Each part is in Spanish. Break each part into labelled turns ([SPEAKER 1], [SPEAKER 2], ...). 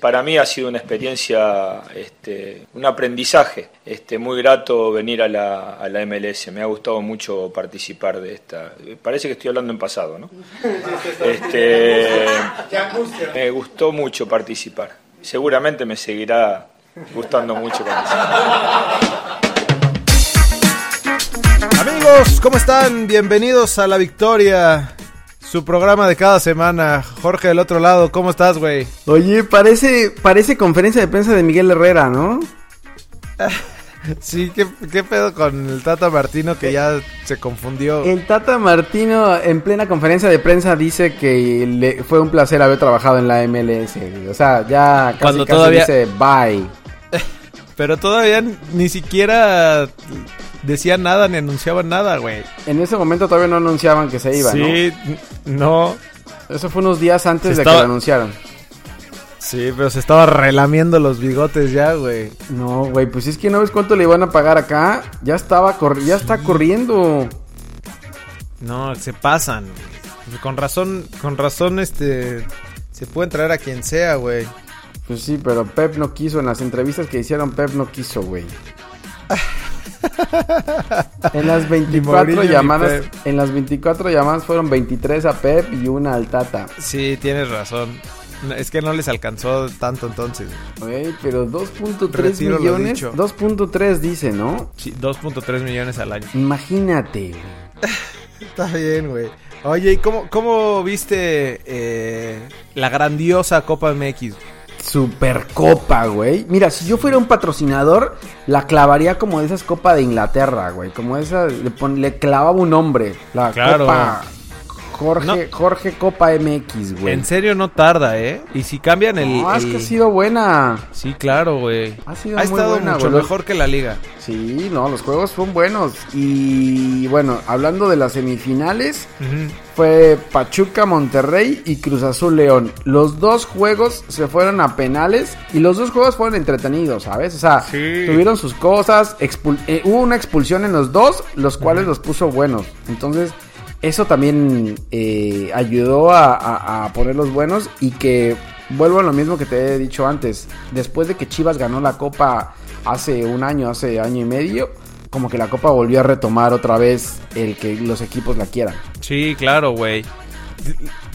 [SPEAKER 1] Para mí ha sido una experiencia, este, un aprendizaje este, muy grato venir a la, a la MLS. Me ha gustado mucho participar de esta. Parece que estoy hablando en pasado, ¿no? Este, me gustó mucho participar. Seguramente me seguirá gustando mucho participar.
[SPEAKER 2] Amigos, ¿cómo están? Bienvenidos a La Victoria, su programa de cada semana. Jorge del otro lado, ¿cómo estás, güey?
[SPEAKER 3] Oye, parece, parece conferencia de prensa de Miguel Herrera, ¿no?
[SPEAKER 2] sí, ¿qué, ¿qué, pedo con el Tata Martino que ya se confundió?
[SPEAKER 3] El Tata Martino en plena conferencia de prensa dice que le fue un placer haber trabajado en la MLS. O sea, ya casi, Cuando casi todavía... dice bye.
[SPEAKER 2] Pero todavía ni siquiera decía nada ni anunciaban nada, güey.
[SPEAKER 3] En ese momento todavía no anunciaban que se iba,
[SPEAKER 2] sí, ¿no?
[SPEAKER 3] no. Eso fue unos días antes se de estaba... que lo anunciaran.
[SPEAKER 2] Sí, pero se estaba relamiendo los bigotes ya, güey.
[SPEAKER 3] No, güey, pues es que no ves cuánto le iban a pagar acá. Ya estaba cor... ya está sí. corriendo.
[SPEAKER 2] No, se pasan. Con razón, con razón, este, se puede traer a quien sea, güey.
[SPEAKER 3] Pues sí, pero Pep no quiso. En las entrevistas que hicieron, Pep no quiso, güey. en las 24 llamadas, en las 24 llamadas fueron 23 a Pep y una al Tata.
[SPEAKER 2] Sí, tienes razón. Es que no les alcanzó tanto entonces.
[SPEAKER 3] Güey, pero 2.3 millones, 2.3 dice, ¿no?
[SPEAKER 2] Sí, 2.3 millones al año.
[SPEAKER 3] Imagínate.
[SPEAKER 2] Está bien, güey. Oye, ¿y cómo, cómo viste eh, la grandiosa Copa MX?
[SPEAKER 3] Supercopa, güey. Mira, si yo fuera un patrocinador, la clavaría como de esas Copa de Inglaterra, güey. Como esa, le, pon, le clavaba un nombre. La claro. Copa Jorge, no. Jorge Copa MX, güey.
[SPEAKER 2] En serio no tarda, ¿eh? Y si cambian el...
[SPEAKER 3] No,
[SPEAKER 2] el...
[SPEAKER 3] es que ha sido buena.
[SPEAKER 2] Sí, claro, güey. Ha sido ha muy estado buena, mucho güey. mejor que la liga.
[SPEAKER 3] Sí, no, los juegos fueron buenos. Y bueno, hablando de las semifinales, uh -huh. fue Pachuca Monterrey y Cruz Azul León. Los dos juegos se fueron a penales y los dos juegos fueron entretenidos, ¿sabes? O sea, sí. tuvieron sus cosas, expul... eh, hubo una expulsión en los dos, los cuales uh -huh. los puso buenos. Entonces eso también eh, ayudó a, a, a, poner los buenos y que vuelvo a lo mismo que te he dicho antes. Después de que Chivas ganó la Copa hace un año, hace año y medio, como que la Copa volvió a retomar otra vez el que los equipos la quieran.
[SPEAKER 2] Sí, claro, güey.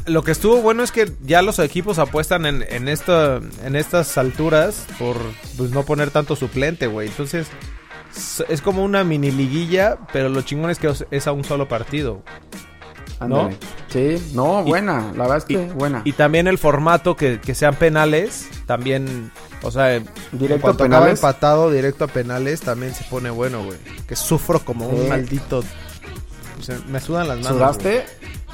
[SPEAKER 2] Lo que estuvo bueno es que ya los equipos apuestan en, en, esta, en estas alturas por pues, no poner tanto suplente, güey. Entonces, es como una mini liguilla, pero lo chingón es que es a un solo partido.
[SPEAKER 3] Ah. ¿No? Sí, no, buena, y, la verdad es que
[SPEAKER 2] y,
[SPEAKER 3] buena.
[SPEAKER 2] Y también el formato que, que, sean penales, también, o sea,
[SPEAKER 3] directo a penales.
[SPEAKER 2] empatado directo a penales también se pone bueno, güey. Que sufro como sí. un maldito. O sea, me sudan las manos.
[SPEAKER 3] ¿Sudaste?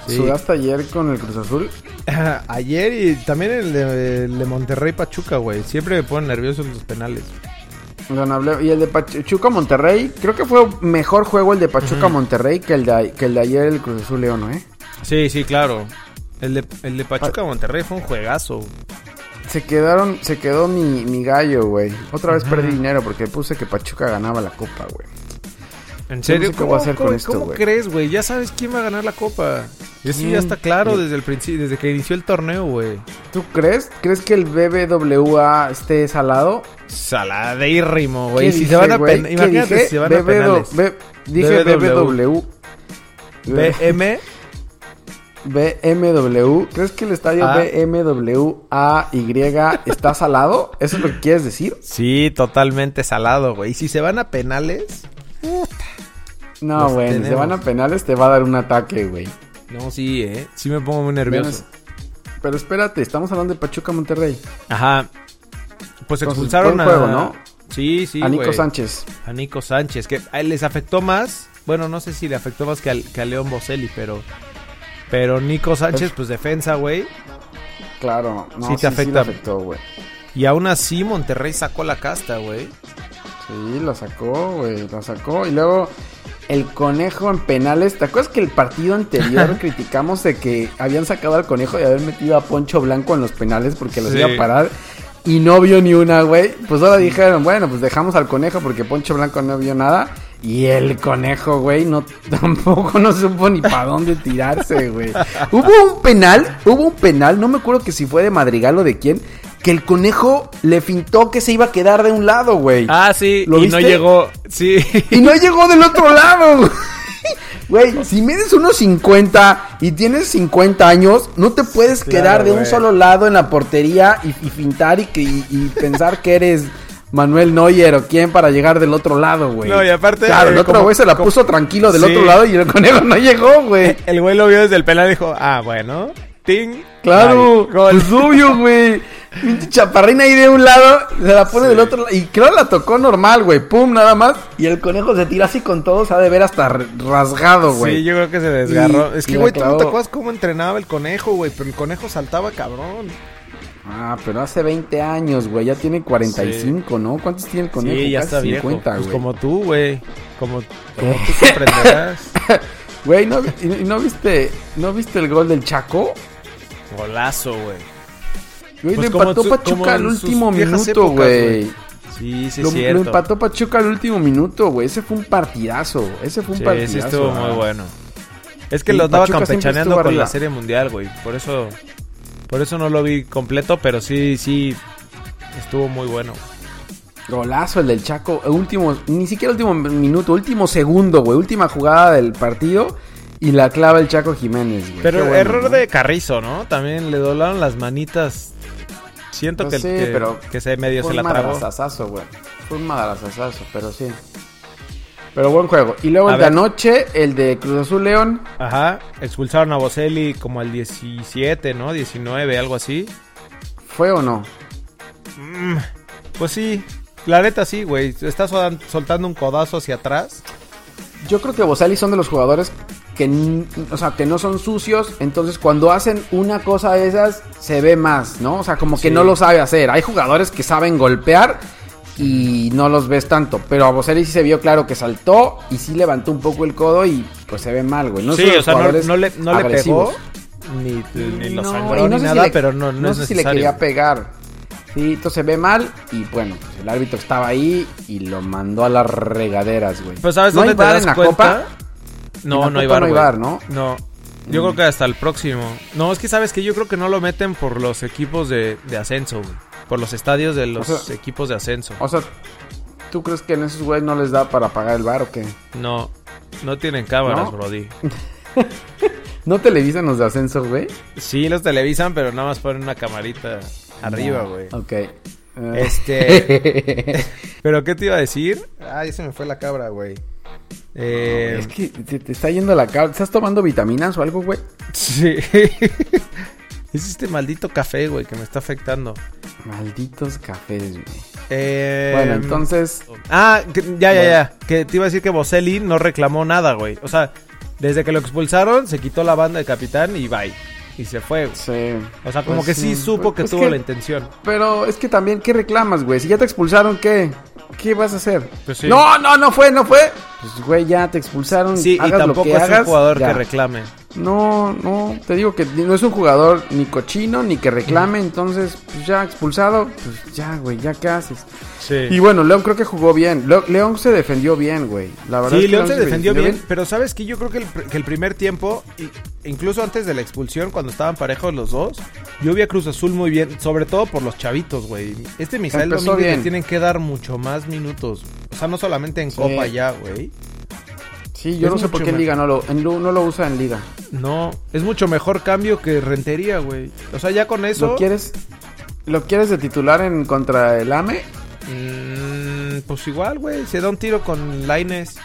[SPEAKER 3] Sí. ¿Sudaste ayer con el Cruz Azul?
[SPEAKER 2] ayer y también el de, el de Monterrey Pachuca, güey. Siempre me ponen nervioso los penales.
[SPEAKER 3] Y el de Pachuca Monterrey, creo que fue mejor juego el de Pachuca Monterrey que el de, que el de ayer el Cruz Azul León, ¿eh?
[SPEAKER 2] Sí, sí, claro. El de, el de Pachuca Monterrey fue un juegazo.
[SPEAKER 3] Se quedaron, se quedó mi, mi gallo, güey. Otra vez Ajá. perdí dinero porque puse que Pachuca ganaba la copa, güey.
[SPEAKER 2] ¿En serio? No sé ¿Cómo, voy a hacer cómo, con esto, ¿cómo wey? crees, güey? Ya sabes quién va a ganar la copa. Eso ¿Quién? ya está claro desde el principio, desde que inició el torneo, güey.
[SPEAKER 3] ¿Tú crees? ¿Crees que el BBWA esté salado?
[SPEAKER 2] Saladérrimo, güey. Si se van a pen... Imagínate
[SPEAKER 3] dije? si se van BBW... a penales. B... Dije BBW.
[SPEAKER 2] BM
[SPEAKER 3] BMW. ¿Crees que el estadio ah. BMWAY está salado? ¿Eso es lo que quieres decir?
[SPEAKER 2] Sí, totalmente salado, güey. Y si se van a penales, Puta.
[SPEAKER 3] No, güey, bueno, se van a penales, te va a dar un ataque, güey.
[SPEAKER 2] No, sí, eh. Sí me pongo muy nervioso.
[SPEAKER 3] Pero, pero espérate, estamos hablando de Pachuca Monterrey.
[SPEAKER 2] Ajá. Pues expulsaron
[SPEAKER 3] a. Juego, ¿no?
[SPEAKER 2] Sí, sí.
[SPEAKER 3] A Nico
[SPEAKER 2] wey.
[SPEAKER 3] Sánchez.
[SPEAKER 2] A Nico Sánchez, que ah, les afectó más. Bueno, no sé si le afectó más que, al, que a León Boselli, pero. Pero Nico Sánchez, pues, pues defensa, güey.
[SPEAKER 3] Claro, no, sí te sí, afecta. Sí afectó, güey.
[SPEAKER 2] Y aún así, Monterrey sacó la casta, güey.
[SPEAKER 3] Sí, la sacó, güey, la sacó. Y luego el conejo en penales. ¿Te acuerdas que el partido anterior criticamos de que habían sacado al conejo y haber metido a Poncho Blanco en los penales porque los sí. iba a parar? Y no vio ni una, güey. Pues ahora dijeron, bueno, pues dejamos al conejo porque Poncho Blanco no vio nada. Y el conejo, güey, no, tampoco no supo ni para dónde tirarse, güey. hubo un penal, hubo un penal, no me acuerdo que si fue de Madrigal o de quién, que el conejo le fintó que se iba a quedar de un lado, güey.
[SPEAKER 2] Ah, sí,
[SPEAKER 3] ¿Lo
[SPEAKER 2] y no
[SPEAKER 3] viste?
[SPEAKER 2] llegó. Sí.
[SPEAKER 3] Y no llegó del otro lado, güey. Güey, si mides unos 50 y tienes 50 años, no te puedes
[SPEAKER 2] Claro,
[SPEAKER 3] quedar de un
[SPEAKER 2] güey.
[SPEAKER 3] solo lado en la portería y, y fintar y, que- y- y pensar que eres Manuel Neuer o quién para llegar del otro lado, güey.
[SPEAKER 2] No, y aparte,
[SPEAKER 3] Claro, el
[SPEAKER 2] eh,
[SPEAKER 3] otro
[SPEAKER 2] como-
[SPEAKER 3] güey se la
[SPEAKER 2] como-
[SPEAKER 3] puso tranquilo del
[SPEAKER 2] Sí.
[SPEAKER 3] otro lado y el conejo no llegó, güey.
[SPEAKER 2] El güey lo vio desde el penal y dijo, ah, bueno. Ting.
[SPEAKER 3] Claro,
[SPEAKER 2] Bye. Gol.
[SPEAKER 3] pues obvio, güey. Pinche chaparrina ahí de un lado, se la pone del otro lado. Y creo la tocó normal, güey. Pum, nada más. Y el conejo se tira así con todo, se ha de ver hasta r- rasgado, güey.
[SPEAKER 2] Sí, yo creo que se desgarró.
[SPEAKER 3] Y-
[SPEAKER 2] es
[SPEAKER 3] y
[SPEAKER 2] que,
[SPEAKER 3] la
[SPEAKER 2] güey, ¿tú no
[SPEAKER 3] clavó.
[SPEAKER 2] te acuerdas cómo entrenaba el conejo, güey? Pero el conejo saltaba cabrón.
[SPEAKER 3] Ah, pero hace 20 años, güey. Ya tiene 45, ¿no? ¿Cuántos tiene el conejo? Casi 50,
[SPEAKER 2] Pues
[SPEAKER 3] güey.
[SPEAKER 2] como tú, güey. Como, como tú comprenderás.
[SPEAKER 3] Güey, ¿no, y- y ¿no viste no viste el gol del Chaco?
[SPEAKER 2] Golazo, güey.
[SPEAKER 3] Güey,
[SPEAKER 2] Pues
[SPEAKER 3] lo
[SPEAKER 2] como
[SPEAKER 3] empató
[SPEAKER 2] su- como
[SPEAKER 3] Pachuca al
[SPEAKER 2] en sus
[SPEAKER 3] último
[SPEAKER 2] viejas
[SPEAKER 3] minuto,
[SPEAKER 2] épocas,
[SPEAKER 3] güey.
[SPEAKER 2] Sí, sí,
[SPEAKER 3] lo,
[SPEAKER 2] es
[SPEAKER 3] lo
[SPEAKER 2] cierto.
[SPEAKER 3] empató Pachuca al último minuto, güey. Ese fue un partidazo. Ese fue un
[SPEAKER 2] Sí,
[SPEAKER 3] partidazo.
[SPEAKER 2] sí estuvo
[SPEAKER 3] ah.
[SPEAKER 2] muy bueno. Es que
[SPEAKER 3] Sí,
[SPEAKER 2] lo estaba
[SPEAKER 3] Pachuca siempre
[SPEAKER 2] campechaneando
[SPEAKER 3] estuvo
[SPEAKER 2] con la
[SPEAKER 3] arriba.
[SPEAKER 2] Serie Mundial, güey. Por eso, por eso no lo vi completo, pero sí, sí, estuvo muy bueno.
[SPEAKER 3] Golazo el del Chaco. eh, Último, ni siquiera último minuto, último segundo, güey. Última jugada del partido. Y la clava el Chaco Jiménez, güey.
[SPEAKER 2] Pero
[SPEAKER 3] Qué bueno,
[SPEAKER 2] error
[SPEAKER 3] ¿no?
[SPEAKER 2] de Carrizo, ¿no? También le doblaron las manitas. Siento que,
[SPEAKER 3] Pues sí,
[SPEAKER 2] que,
[SPEAKER 3] pero
[SPEAKER 2] que se medio
[SPEAKER 3] Fue
[SPEAKER 2] se
[SPEAKER 3] un
[SPEAKER 2] la tragó.
[SPEAKER 3] madrazazazo, güey. Fue un madrazazazo, pero sí. Pero buen juego. Y luego
[SPEAKER 2] A
[SPEAKER 3] el de
[SPEAKER 2] ver.
[SPEAKER 3] anoche, el de Cruz Azul León.
[SPEAKER 2] Ajá, expulsaron a Boselli como al 17, ¿no? 19, algo así.
[SPEAKER 3] ¿Fue o no?
[SPEAKER 2] Mm, Pues sí, la neta sí, güey. Está sodan- soltando un codazo hacia atrás.
[SPEAKER 3] Yo creo que Boselli son de los jugadores que, n- o sea, que no son sucios, entonces cuando hacen una cosa de esas se ve más, ¿no? O sea, como que
[SPEAKER 2] Sí.
[SPEAKER 3] no lo sabe hacer. Hay jugadores que saben golpear y no los ves tanto, pero a Boselli sí se vio claro que saltó y sí levantó un poco el codo y pues se ve mal, güey. No
[SPEAKER 2] sí,
[SPEAKER 3] son los
[SPEAKER 2] o sea, no,
[SPEAKER 3] jugadores
[SPEAKER 2] no le, no le pegó
[SPEAKER 3] agresivos.
[SPEAKER 2] ni, ni lo
[SPEAKER 3] No,
[SPEAKER 2] sangró
[SPEAKER 3] y no
[SPEAKER 2] ni
[SPEAKER 3] sé si
[SPEAKER 2] nada,
[SPEAKER 3] le-
[SPEAKER 2] pero no, no,
[SPEAKER 3] no
[SPEAKER 2] es
[SPEAKER 3] sé si
[SPEAKER 2] necesario.
[SPEAKER 3] le quería pegar. Sí, entonces se ve mal y bueno, pues, el árbitro estaba ahí y lo mandó a las regaderas, güey.
[SPEAKER 2] Pues ¿sabes
[SPEAKER 3] ¿No
[SPEAKER 2] dónde
[SPEAKER 3] hay
[SPEAKER 2] te
[SPEAKER 3] VAR
[SPEAKER 2] das
[SPEAKER 3] en la
[SPEAKER 2] cuenta?
[SPEAKER 3] Copa?
[SPEAKER 2] No,
[SPEAKER 3] En la
[SPEAKER 2] no hay
[SPEAKER 3] Copa
[SPEAKER 2] bar,
[SPEAKER 3] no hay
[SPEAKER 2] güey.
[SPEAKER 3] VAR, ¿no?
[SPEAKER 2] No. Yo creo que hasta el próximo. No, es que sabes que yo creo que no lo meten por los equipos de, de ascenso, güey. Por los estadios de los
[SPEAKER 3] O sea-
[SPEAKER 2] equipos de ascenso.
[SPEAKER 3] O sea, ¿tú crees que en esos güeyes no les da para pagar el bar o qué?
[SPEAKER 2] No, no tienen cámaras,
[SPEAKER 3] ¿No?
[SPEAKER 2] Brody.
[SPEAKER 3] ¿No televisan los de ascenso, güey?
[SPEAKER 2] Sí, los televisan, pero nada más ponen una camarita arriba,
[SPEAKER 3] No.
[SPEAKER 2] güey.
[SPEAKER 3] Ok. Eh.
[SPEAKER 2] Este- ¿Pero qué te iba a decir? Ah, ya se me fue la cabra, güey. Eh,
[SPEAKER 3] es que te, te está yendo la cara. ¿Estás tomando vitaminas o algo, güey?
[SPEAKER 2] Sí. es este maldito café, güey, que me está afectando.
[SPEAKER 3] Malditos cafés, güey.
[SPEAKER 2] Eh,
[SPEAKER 3] bueno, entonces.
[SPEAKER 2] Ah, que- ya, ya, ya. Que te iba a decir que Boselli no reclamó nada, güey. O sea, desde que lo expulsaron, se quitó la banda de capitán y bye. Y se fue, güey.
[SPEAKER 3] Sí.
[SPEAKER 2] O sea, como
[SPEAKER 3] Pues
[SPEAKER 2] que sí
[SPEAKER 3] sí,
[SPEAKER 2] supo
[SPEAKER 3] pues-
[SPEAKER 2] que
[SPEAKER 3] pues
[SPEAKER 2] tuvo
[SPEAKER 3] que-
[SPEAKER 2] la intención.
[SPEAKER 3] Pero es que también, ¿qué reclamas, güey? Si ya te expulsaron, ¿qué? ¿Qué vas a hacer?
[SPEAKER 2] Pues sí.
[SPEAKER 3] No, no, no fue, no fue. Pues, güey, ya te expulsaron.
[SPEAKER 2] Sí, y
[SPEAKER 3] hagas lo
[SPEAKER 2] tampoco
[SPEAKER 3] que
[SPEAKER 2] es un
[SPEAKER 3] hagas,
[SPEAKER 2] jugador
[SPEAKER 3] ya.
[SPEAKER 2] que reclame.
[SPEAKER 3] No, no, te digo que no es un jugador ni cochino ni que reclame, entonces pues ya expulsado, pues ya, güey, ya qué haces.
[SPEAKER 2] Sí.
[SPEAKER 3] Y bueno, León creo que jugó bien. Le- León se defendió bien, güey. La verdad es
[SPEAKER 2] Sí,
[SPEAKER 3] que
[SPEAKER 2] León se defendió bien, pero sabes que yo creo que el, pr- que el primer tiempo, y- incluso antes de la expulsión, cuando estaban parejos los dos, yo vi a Cruz Azul muy bien, sobre todo por los chavitos, güey. Este Misael
[SPEAKER 3] Empezó
[SPEAKER 2] Domínguez le
[SPEAKER 3] bien.
[SPEAKER 2] tienen que dar mucho más minutos. O sea, no solamente en
[SPEAKER 3] Sí.
[SPEAKER 2] Copa ya, güey.
[SPEAKER 3] Sí, yo
[SPEAKER 2] Es
[SPEAKER 3] no sé por
[SPEAKER 2] mucho
[SPEAKER 3] qué en
[SPEAKER 2] mejor.
[SPEAKER 3] Liga no lo, en Lu- no lo usa en Liga.
[SPEAKER 2] No, es mucho mejor cambio que Rentería, güey. O sea, ya con eso...
[SPEAKER 3] ¿Lo quieres? ¿Lo quieres de titular en contra el E? AME?
[SPEAKER 2] Mm, pues igual, güey. Se da un tiro con Laines.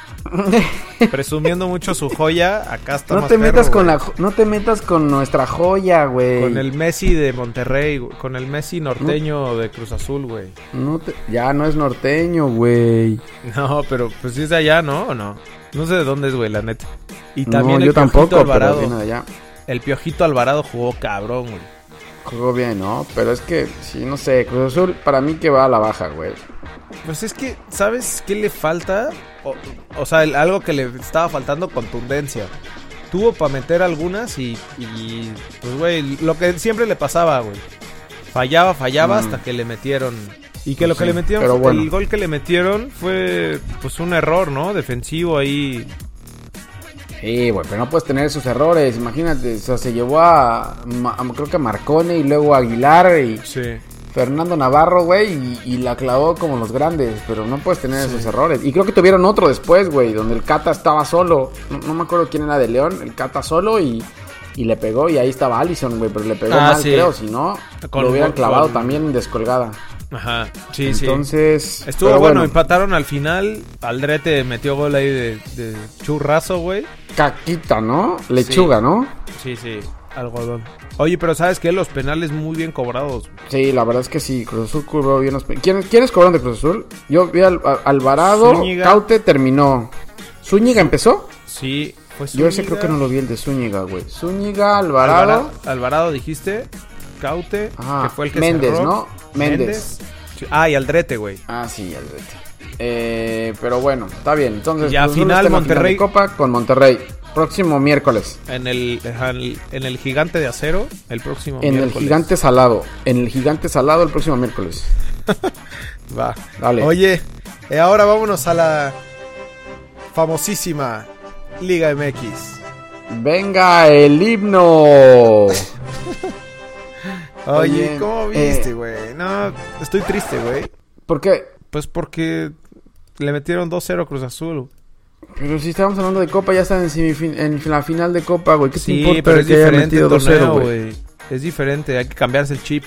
[SPEAKER 2] Presumiendo mucho su joya. Acá está
[SPEAKER 3] No
[SPEAKER 2] más
[SPEAKER 3] te
[SPEAKER 2] perro,
[SPEAKER 3] metas con
[SPEAKER 2] güey.
[SPEAKER 3] la jo- no te metas con nuestra joya, güey.
[SPEAKER 2] Con el Messi de Monterrey, güey, con el Messi norteño de Cruz Azul, güey.
[SPEAKER 3] No te- ya no es norteño, güey.
[SPEAKER 2] No, pero pues sí es de allá, ¿no? ¿O no? No sé de dónde es, güey, la neta. Y también
[SPEAKER 3] No,
[SPEAKER 2] el
[SPEAKER 3] yo
[SPEAKER 2] Piojito
[SPEAKER 3] tampoco, pero
[SPEAKER 2] Alvarado.
[SPEAKER 3] viene de allá.
[SPEAKER 2] El Piojito Alvarado jugó cabrón, güey.
[SPEAKER 3] Jugó bien, ¿no? Pero es que, sí, no sé, Cruz Azul para mí que va a la baja, güey.
[SPEAKER 2] Pues es que, ¿sabes qué le falta? O, o sea, el- algo que le estaba faltando, contundencia. Tuvo para meter algunas y, y, pues, güey, lo que siempre le pasaba, güey. Fallaba, fallaba
[SPEAKER 3] Mm.
[SPEAKER 2] hasta que le metieron. Pues Y que lo que
[SPEAKER 3] sí,
[SPEAKER 2] le metieron,
[SPEAKER 3] pero
[SPEAKER 2] fue-
[SPEAKER 3] bueno.
[SPEAKER 2] el gol que le metieron fue, pues, un error, ¿no? Defensivo ahí.
[SPEAKER 3] Sí, güey, pero no puedes tener sus errores, imagínate, o sea, se llevó a, Ma- a- creo que a Marcone y luego a Aguilar y
[SPEAKER 2] Sí.
[SPEAKER 3] Fernando Navarro, güey, y, y la clavó como los grandes, pero no puedes tener esos errores. Y creo que tuvieron otro después, güey, donde el Cata estaba solo. No, no me acuerdo quién era de León, el Cata solo y, y le pegó. Y ahí estaba Allison, güey, pero le pegó
[SPEAKER 2] Ah,
[SPEAKER 3] mal,
[SPEAKER 2] sí.
[SPEAKER 3] creo. Si no,
[SPEAKER 2] Con-
[SPEAKER 3] lo hubieran clavado
[SPEAKER 2] con-
[SPEAKER 3] también descolgada.
[SPEAKER 2] Ajá. Sí, sí.
[SPEAKER 3] Entonces.
[SPEAKER 2] Estuvo
[SPEAKER 3] pero
[SPEAKER 2] bueno, empataron al final. Aldrete metió gol ahí de, de churraso, güey.
[SPEAKER 3] Caquita, ¿no? Lechuga, ¿no?
[SPEAKER 2] Sí, sí, algodón. Oye, pero ¿sabes qué? Los penales muy bien cobrados.
[SPEAKER 3] Sí, la verdad es que sí, Cruz Azul cobró bien los pe- ¿Quién- ¿Quiénes cobraron de Cruz Azul? Yo vi al, a- Alvarado,
[SPEAKER 2] Zúñiga.
[SPEAKER 3] Caute terminó. ¿Zúñiga empezó?
[SPEAKER 2] Sí, pues.
[SPEAKER 3] Yo ese creo que no lo vi el de Zúñiga, güey. Zúñiga, Alvarado.
[SPEAKER 2] Alvarado, Alvarado dijiste. Caute,
[SPEAKER 3] Ajá,
[SPEAKER 2] que fue el que
[SPEAKER 3] Méndez,
[SPEAKER 2] cerró.
[SPEAKER 3] ¿no? Méndez.
[SPEAKER 2] Sí, Ah, y Aldrete, güey.
[SPEAKER 3] Ah, sí, Alvarete. Eh, pero bueno, está bien. Entonces,
[SPEAKER 2] Y ya
[SPEAKER 3] Cruz Azul
[SPEAKER 2] final,
[SPEAKER 3] está en la
[SPEAKER 2] Monterrey.
[SPEAKER 3] de Copa con Monterrey. Próximo miércoles.
[SPEAKER 2] En el, ajá, el- en el gigante de acero, el próximo
[SPEAKER 3] En el
[SPEAKER 2] miércoles.
[SPEAKER 3] gigante salado. En el gigante salado el próximo miércoles.
[SPEAKER 2] Va.
[SPEAKER 3] Dale.
[SPEAKER 2] Oye, eh, ahora vámonos a la famosísima Liga MX.
[SPEAKER 3] Venga el himno.
[SPEAKER 2] Oye,
[SPEAKER 3] Oye,
[SPEAKER 2] ¿cómo
[SPEAKER 3] eh,
[SPEAKER 2] viste, güey? No, estoy triste, güey.
[SPEAKER 3] ¿Por qué?
[SPEAKER 2] Pues porque le metieron 2-0 Cruz Azul.
[SPEAKER 3] Pero si estábamos hablando de Copa, ya están en, semifin- en la final de Copa, güey. ¿Qué te importa
[SPEAKER 2] pero es
[SPEAKER 3] que haya
[SPEAKER 2] diferente el
[SPEAKER 3] metido 2-0,
[SPEAKER 2] torneo,
[SPEAKER 3] güey?
[SPEAKER 2] güey. Es diferente, hay que cambiarse el chip.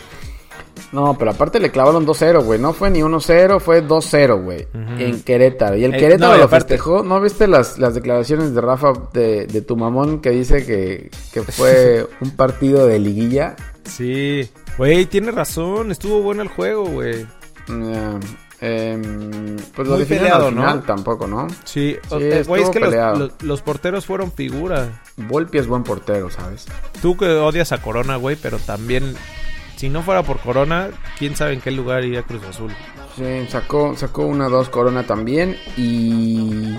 [SPEAKER 3] No, pero aparte le clavaron 2-0, güey. No fue ni 1-0, fue 2-0, güey. En Querétaro. Y el
[SPEAKER 2] Eh,
[SPEAKER 3] Querétaro
[SPEAKER 2] no, y
[SPEAKER 3] lo
[SPEAKER 2] aparte-
[SPEAKER 3] festejó. ¿No viste las, las declaraciones de Rafa de, de tu mamón que dice que, que fue un partido de liguilla?
[SPEAKER 2] Sí. Güey, tiene razón, estuvo bueno el juego, güey.
[SPEAKER 3] Eh, em, pues lo
[SPEAKER 2] Muy
[SPEAKER 3] definieron
[SPEAKER 2] peleado,
[SPEAKER 3] al final
[SPEAKER 2] ¿no?
[SPEAKER 3] tampoco, ¿no?
[SPEAKER 2] Sí, o-
[SPEAKER 3] Sí,
[SPEAKER 2] eh, güey, es
[SPEAKER 3] estuvo
[SPEAKER 2] que los,
[SPEAKER 3] peleado.
[SPEAKER 2] los- los porteros fueron figura.
[SPEAKER 3] Volpi es buen portero, ¿sabes?
[SPEAKER 2] Tú que odias a Corona, güey, pero también, si no fuera por Corona, quién sabe en qué lugar iría Cruz Azul.
[SPEAKER 3] Sí, sacó, sacó una dos corona también y...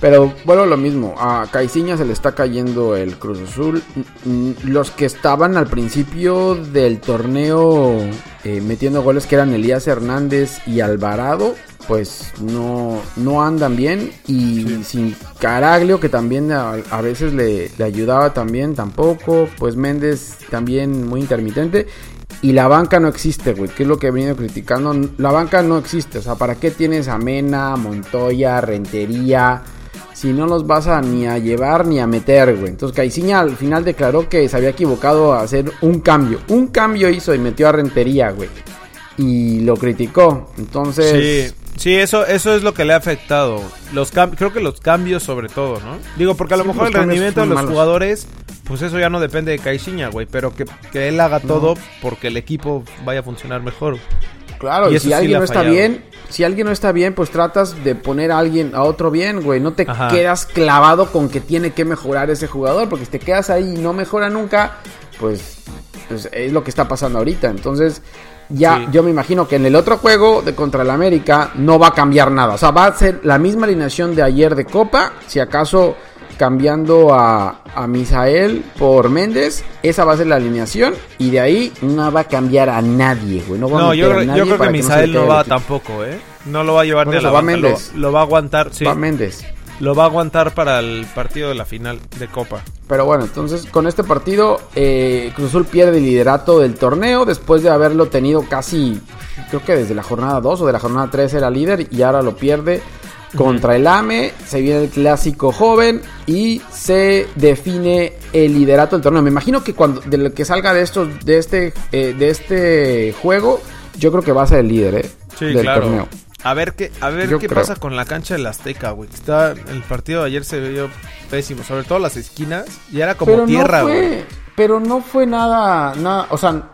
[SPEAKER 3] Pero bueno, lo mismo, a Caiciña se le está cayendo el Cruz Azul. Mm, mm, Los que estaban al principio del torneo eh, metiendo goles, que eran Elías Hernández y Alvarado, pues no, no andan bien. Y sin Caraglio, que también a, a veces le, le ayudaba también, tampoco. Pues Méndez también muy intermitente. Y la banca no existe, güey, que es lo que he venido criticando. La banca no existe, o sea, ¿para qué tienes a Mena, Montoya, Rentería? Si no los vas a ni a llevar ni a meter, güey. Entonces Caiciña al final declaró que se había equivocado a hacer un cambio. Un cambio hizo y metió a Rentería, güey. Y lo criticó. Entonces...
[SPEAKER 2] Sí, sí, eso, eso es lo que le ha afectado. Los cam- creo que los cambios sobre todo, ¿no? Digo, porque a lo
[SPEAKER 3] Sí,
[SPEAKER 2] mejor
[SPEAKER 3] los
[SPEAKER 2] el
[SPEAKER 3] cambios
[SPEAKER 2] rendimiento de
[SPEAKER 3] son
[SPEAKER 2] los
[SPEAKER 3] malos.
[SPEAKER 2] jugadores, pues eso ya no depende de Caixinha, güey, pero que, que él haga todo porque el equipo vaya a funcionar mejor.
[SPEAKER 3] Claro,
[SPEAKER 2] Y
[SPEAKER 3] y,
[SPEAKER 2] eso
[SPEAKER 3] si
[SPEAKER 2] sí le
[SPEAKER 3] alguien
[SPEAKER 2] ha
[SPEAKER 3] no está
[SPEAKER 2] fallado.
[SPEAKER 3] bien, si alguien no está bien, pues tratas de poner a alguien, a otro bien, güey. No te
[SPEAKER 2] Ajá.
[SPEAKER 3] quedas clavado con que tiene que mejorar ese jugador, porque si te quedas ahí y no mejora nunca, pues, pues, es lo que está pasando ahorita. Entonces, ya
[SPEAKER 2] Sí.
[SPEAKER 3] yo me imagino que en el otro juego de contra el América no va a cambiar nada. O sea, va a ser la misma alineación de ayer de Copa, si acaso cambiando a, a Misael por Méndez, esa va a ser la alineación y de ahí no va a cambiar a nadie, güey. No va
[SPEAKER 2] No,
[SPEAKER 3] a
[SPEAKER 2] yo,
[SPEAKER 3] meter a
[SPEAKER 2] creo-
[SPEAKER 3] nadie
[SPEAKER 2] yo creo
[SPEAKER 3] para
[SPEAKER 2] que
[SPEAKER 3] se
[SPEAKER 2] Misael
[SPEAKER 3] le
[SPEAKER 2] no
[SPEAKER 3] caiga el
[SPEAKER 2] va
[SPEAKER 3] equipo.
[SPEAKER 2] tampoco, ¿eh? No lo va a llevar
[SPEAKER 3] Por
[SPEAKER 2] ni a
[SPEAKER 3] eso
[SPEAKER 2] la
[SPEAKER 3] va
[SPEAKER 2] banca, lo,
[SPEAKER 3] Méndez.
[SPEAKER 2] lo va a aguantar, sí.
[SPEAKER 3] Va Méndez.
[SPEAKER 2] Lo va a aguantar para el partido de la final de Copa.
[SPEAKER 3] Pero bueno, entonces con este partido eh, Cruz Azul pierde el liderato del torneo después de haberlo tenido casi, creo que desde la jornada 2 o de la jornada 3 era líder y ahora lo pierde contra el AME, se viene el clásico joven y se define el liderato del torneo. Me imagino que cuando de lo que salga de estos de este eh, de este juego, yo creo que va a ser el líder eh,
[SPEAKER 2] Sí,
[SPEAKER 3] del
[SPEAKER 2] claro.
[SPEAKER 3] torneo.
[SPEAKER 2] A ver qué, a ver
[SPEAKER 3] Yo
[SPEAKER 2] qué
[SPEAKER 3] creo.
[SPEAKER 2] pasa con la cancha del Azteca, güey. que Está, el partido de ayer se vio pésimo, sobre todo las esquinas, y era como tierra,
[SPEAKER 3] no fue,
[SPEAKER 2] güey.
[SPEAKER 3] Pero no fue nada, nada, o sea,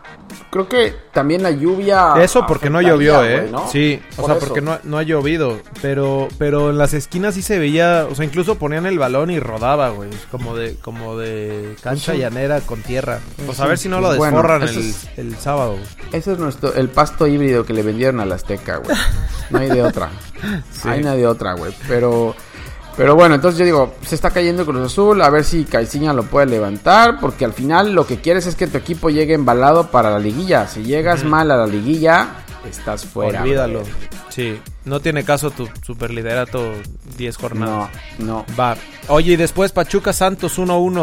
[SPEAKER 3] creo que también la lluvia.
[SPEAKER 2] Eso porque no
[SPEAKER 3] afectaría,
[SPEAKER 2] llovió, eh.
[SPEAKER 3] güey, ¿no?
[SPEAKER 2] Sí, o
[SPEAKER 3] Por
[SPEAKER 2] sea,
[SPEAKER 3] eso.
[SPEAKER 2] porque no, no ha llovido. Pero, pero en las esquinas sí se veía, o sea, incluso ponían el balón y rodaba, güey. es Como de, como de cancha
[SPEAKER 3] Ujú.
[SPEAKER 2] llanera con tierra. Pues a
[SPEAKER 3] Ujú.
[SPEAKER 2] ver si no lo
[SPEAKER 3] Pues bueno,
[SPEAKER 2] desforran
[SPEAKER 3] eso
[SPEAKER 2] el,
[SPEAKER 3] es-
[SPEAKER 2] el sábado. güey.
[SPEAKER 3] Ese es nuestro, el pasto híbrido que le vendieron a la Azteca, güey. No hay de otra.
[SPEAKER 2] Sí.
[SPEAKER 3] Hay nada de otra, güey. Pero, pero bueno, entonces yo digo, se está cayendo Cruz Azul, a ver si Caiciña lo puede levantar, porque al final lo que quieres es que tu equipo llegue embalado para la liguilla. Si llegas mal a la liguilla, estás fuera.
[SPEAKER 2] Olvídalo.
[SPEAKER 3] brother.
[SPEAKER 2] Sí, no tiene caso tu superliderato 10 jornadas.
[SPEAKER 3] No, no.
[SPEAKER 2] Va. Oye, y después Pachuca Santos 1-1.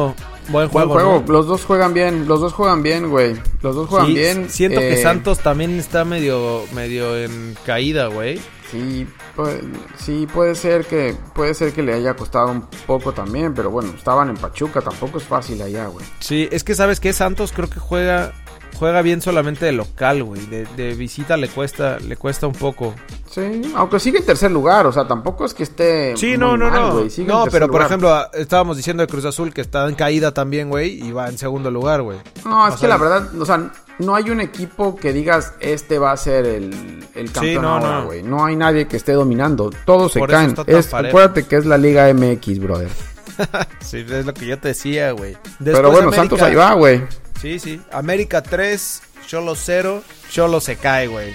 [SPEAKER 2] Buen
[SPEAKER 3] Buen
[SPEAKER 2] juego.
[SPEAKER 3] juego.
[SPEAKER 2] ¿no?
[SPEAKER 3] Los dos juegan bien. Los dos juegan bien, güey. Los dos juegan
[SPEAKER 2] Sí,
[SPEAKER 3] bien.
[SPEAKER 2] Siento que
[SPEAKER 3] eh,
[SPEAKER 2] Santos también está medio, medio en caída, güey.
[SPEAKER 3] Sí, puede, sí puede ser que puede ser que le haya costado un poco también, pero bueno, estaban en Pachuca, tampoco es fácil allá, güey.
[SPEAKER 2] Sí, es que sabes que Santos creo que juega juega bien solamente de local, güey. De, de visita le cuesta le cuesta un poco.
[SPEAKER 3] Sí, aunque sigue en tercer lugar, o sea, tampoco es que esté
[SPEAKER 2] Sí,
[SPEAKER 3] muy
[SPEAKER 2] no, no,
[SPEAKER 3] mal,
[SPEAKER 2] no.
[SPEAKER 3] güey, sigue en
[SPEAKER 2] no,
[SPEAKER 3] tercer
[SPEAKER 2] pero por
[SPEAKER 3] lugar.
[SPEAKER 2] ejemplo, a- estábamos diciendo de Cruz Azul que está en caída también, güey, y va en segundo lugar, güey.
[SPEAKER 3] No, es
[SPEAKER 2] o
[SPEAKER 3] que
[SPEAKER 2] sea,
[SPEAKER 3] la verdad, o sea, no hay un equipo que digas este va a ser el, el campeón
[SPEAKER 2] no,
[SPEAKER 3] ahora,
[SPEAKER 2] no.
[SPEAKER 3] güey. No. hay nadie que esté dominando, todos se
[SPEAKER 2] Por eso
[SPEAKER 3] caen.
[SPEAKER 2] está tan
[SPEAKER 3] Es,
[SPEAKER 2] parejo.
[SPEAKER 3] acuérdate que es la Liga MX, brother.
[SPEAKER 2] Sí, es lo que yo te decía, güey.
[SPEAKER 3] pero bueno, Santos ahí va, güey.
[SPEAKER 2] Sí, sí. América 3, Cholos 0, Cholos se cae, güey.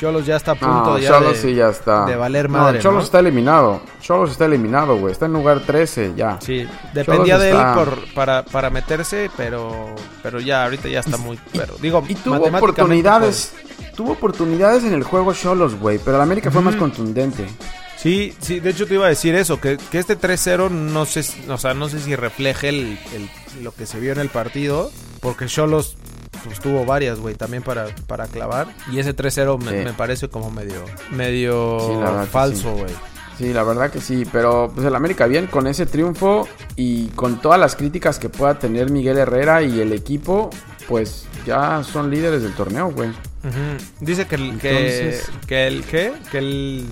[SPEAKER 2] Cholos ya está a punto
[SPEAKER 3] No,
[SPEAKER 2] ya
[SPEAKER 3] Cholos
[SPEAKER 2] de,
[SPEAKER 3] sí ya está.
[SPEAKER 2] de valer
[SPEAKER 3] No,
[SPEAKER 2] madre.
[SPEAKER 3] Cholos
[SPEAKER 2] ¿no?
[SPEAKER 3] está eliminado. Cholos está eliminado, güey. Está en lugar 13 ya.
[SPEAKER 2] Sí, dependía de él
[SPEAKER 3] está-
[SPEAKER 2] por- para, para meterse, pero pero ya ahorita ya está muy pero digo,
[SPEAKER 3] Y tuvo
[SPEAKER 2] matemáticamente, pues.
[SPEAKER 3] oportunidades. Tuvo oportunidades en el juego Cholos, güey. Pero el América fue más contundente.
[SPEAKER 2] pues. Sí, sí, de hecho te iba a decir eso, que, que este 3-0 no sé, si- o sea, no sé si refleje el, el- lo que se vio en el partido, porque Cholos pues, tuvo varias, güey, también para, para clavar y ese 3-0 me,
[SPEAKER 3] Sí.
[SPEAKER 2] me parece como medio medio
[SPEAKER 3] Sí, la verdad que
[SPEAKER 2] falso,
[SPEAKER 3] sí.
[SPEAKER 2] güey.
[SPEAKER 3] Sí, la verdad que sí. Pero pues el América bien con ese triunfo y con todas las críticas que pueda tener Miguel Herrera y el equipo, pues ya son líderes del torneo, güey.
[SPEAKER 2] Ujú. Dice que el, que,
[SPEAKER 3] Entonces-
[SPEAKER 2] que el qué, que el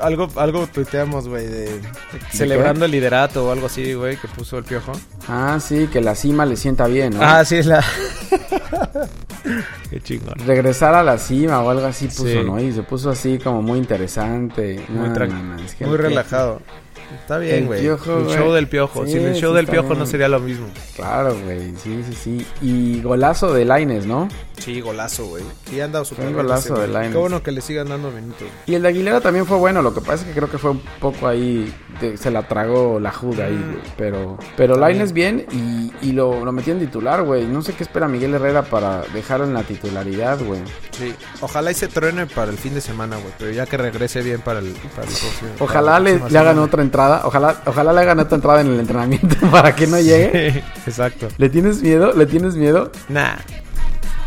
[SPEAKER 2] algo algo tuiteamos, güey, de
[SPEAKER 3] qué?
[SPEAKER 2] celebrando el liderato o algo así, güey, que puso el piojo.
[SPEAKER 3] Ah, sí, que la cima le sienta bien, ¿no?
[SPEAKER 2] Ah, sí es la Qué chingón.
[SPEAKER 3] Regresar a la cima o algo así puso,
[SPEAKER 2] Sí.
[SPEAKER 3] ¿no? Y se puso así como muy interesante.
[SPEAKER 2] Muy,
[SPEAKER 3] No,
[SPEAKER 2] tra-
[SPEAKER 3] no, no, es que
[SPEAKER 2] muy
[SPEAKER 3] el-
[SPEAKER 2] relajado. Está
[SPEAKER 3] el
[SPEAKER 2] bien, güey. El,
[SPEAKER 3] Piojo, güey.
[SPEAKER 2] show del piojo.
[SPEAKER 3] Sí,
[SPEAKER 2] Sin el show
[SPEAKER 3] sí
[SPEAKER 2] del
[SPEAKER 3] está
[SPEAKER 2] piojo no
[SPEAKER 3] bien.
[SPEAKER 2] sería lo mismo.
[SPEAKER 3] Claro, güey. Sí, sí, sí. Y golazo de Laines, ¿no?
[SPEAKER 2] Sí, golazo, güey. Sí, anda súper
[SPEAKER 3] Un
[SPEAKER 2] bien
[SPEAKER 3] golazo
[SPEAKER 2] ese, güey.
[SPEAKER 3] de Lainez.
[SPEAKER 2] Qué bueno que le sigan dando minutos.
[SPEAKER 3] Y el de Aguilera también fue bueno, lo que pasa es que creo que fue un poco ahí, de- se la tragó la juda ahí,
[SPEAKER 2] Mm.
[SPEAKER 3] güey. Pero, pero Laines bien y, y lo, lo metió en titular, güey. No sé qué espera Miguel Herrera para dejarlo en la titularidad, güey.
[SPEAKER 2] Sí. Ojalá y se truene para el fin de semana, güey. Pero ya que regrese bien para el, para el próximo.
[SPEAKER 3] Ojalá le, le hagan otra entrada, ojalá, ojalá le hagan otra entrada en el entrenamiento para que no llegue.
[SPEAKER 2] Exacto.
[SPEAKER 3] ¿Le tienes miedo? ¿Le tienes miedo?
[SPEAKER 2] Nah.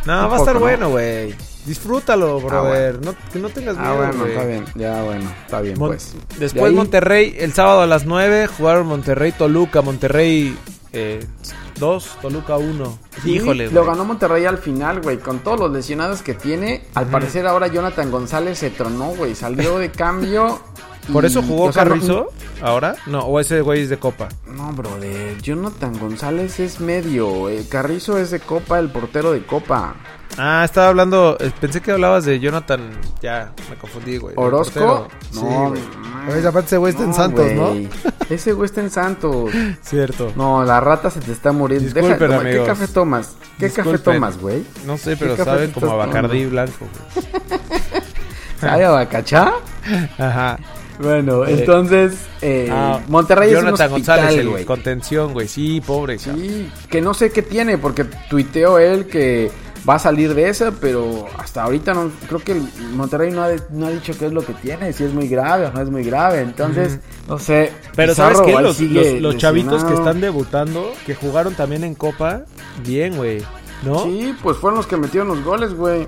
[SPEAKER 2] No, va a
[SPEAKER 3] Tampoco,
[SPEAKER 2] estar
[SPEAKER 3] ¿no?
[SPEAKER 2] bueno, güey. Disfrútalo, brother. no, que no tengas miedo.
[SPEAKER 3] Ah, bueno,
[SPEAKER 2] güey.
[SPEAKER 3] está bien, ya bueno, está bien,
[SPEAKER 2] Mon-
[SPEAKER 3] pues.
[SPEAKER 2] Después
[SPEAKER 3] De ahí-
[SPEAKER 2] Monterrey, el sábado a las 9, jugaron Monterrey, Toluca, Monterrey eh, 2, Toluca 1.
[SPEAKER 3] Sí,
[SPEAKER 2] Híjole,
[SPEAKER 3] Lo
[SPEAKER 2] güey.
[SPEAKER 3] ganó Monterrey al final, güey. Con todos los lesionados que tiene, al parecer ahora Jonathan González se tronó, güey. Salió de cambio. y-
[SPEAKER 2] ¿Por eso jugó
[SPEAKER 3] o sea, no-
[SPEAKER 2] Carrizo ahora? No, o ese güey es de Copa.
[SPEAKER 3] No, brother. Jonathan González es medio. eh, Carrizo es de copa, el portero de copa.
[SPEAKER 2] Ah, estaba hablando, eh, pensé que hablabas de Jonathan, ya, me confundí, güey. del
[SPEAKER 3] ¿Orozco?
[SPEAKER 2] portero. Sí, güey. Oye, aparte ese güey está en Santos, ¿no?
[SPEAKER 3] Ese güey está en Santos.
[SPEAKER 2] Cierto.
[SPEAKER 3] No, la rata se te está muriendo. Deja-
[SPEAKER 2] Disculpen,
[SPEAKER 3] toma, ¿Qué
[SPEAKER 2] amigos.
[SPEAKER 3] café tomas? ¿Qué café
[SPEAKER 2] Disculpen.
[SPEAKER 3] tomas, güey?
[SPEAKER 2] No sé,
[SPEAKER 3] ¿Qué
[SPEAKER 2] pero
[SPEAKER 3] café
[SPEAKER 2] saben
[SPEAKER 3] te
[SPEAKER 2] como a
[SPEAKER 3] estás tomando?
[SPEAKER 2] Bacardí blanco, güey.
[SPEAKER 3] ¿Sabe a bacachá?
[SPEAKER 2] Ajá.
[SPEAKER 3] Bueno,
[SPEAKER 2] Eh,
[SPEAKER 3] entonces eh,
[SPEAKER 2] Ah,
[SPEAKER 3] Monterrey es un
[SPEAKER 2] Jonathan González,
[SPEAKER 3] hospital,
[SPEAKER 2] el
[SPEAKER 3] güey.
[SPEAKER 2] contención, güey. Sí, pobre. cabrón.
[SPEAKER 3] Sí, que no sé qué tiene porque tuiteó él que va a salir de esa, pero hasta ahorita no creo que el Monterrey no ha, de- no ha dicho qué es lo que tiene, si es muy grave o no es muy grave. Entonces, no sé.
[SPEAKER 2] Pero
[SPEAKER 3] Pizarro
[SPEAKER 2] ¿sabes qué?
[SPEAKER 3] igual
[SPEAKER 2] Los,
[SPEAKER 3] sigue
[SPEAKER 2] los- los chavitos que
[SPEAKER 3] lesionado.
[SPEAKER 2] están debutando, que jugaron también en Copa, bien, güey. ¿No? Sí.
[SPEAKER 3] Sí, pues fueron los que metieron los goles, güey.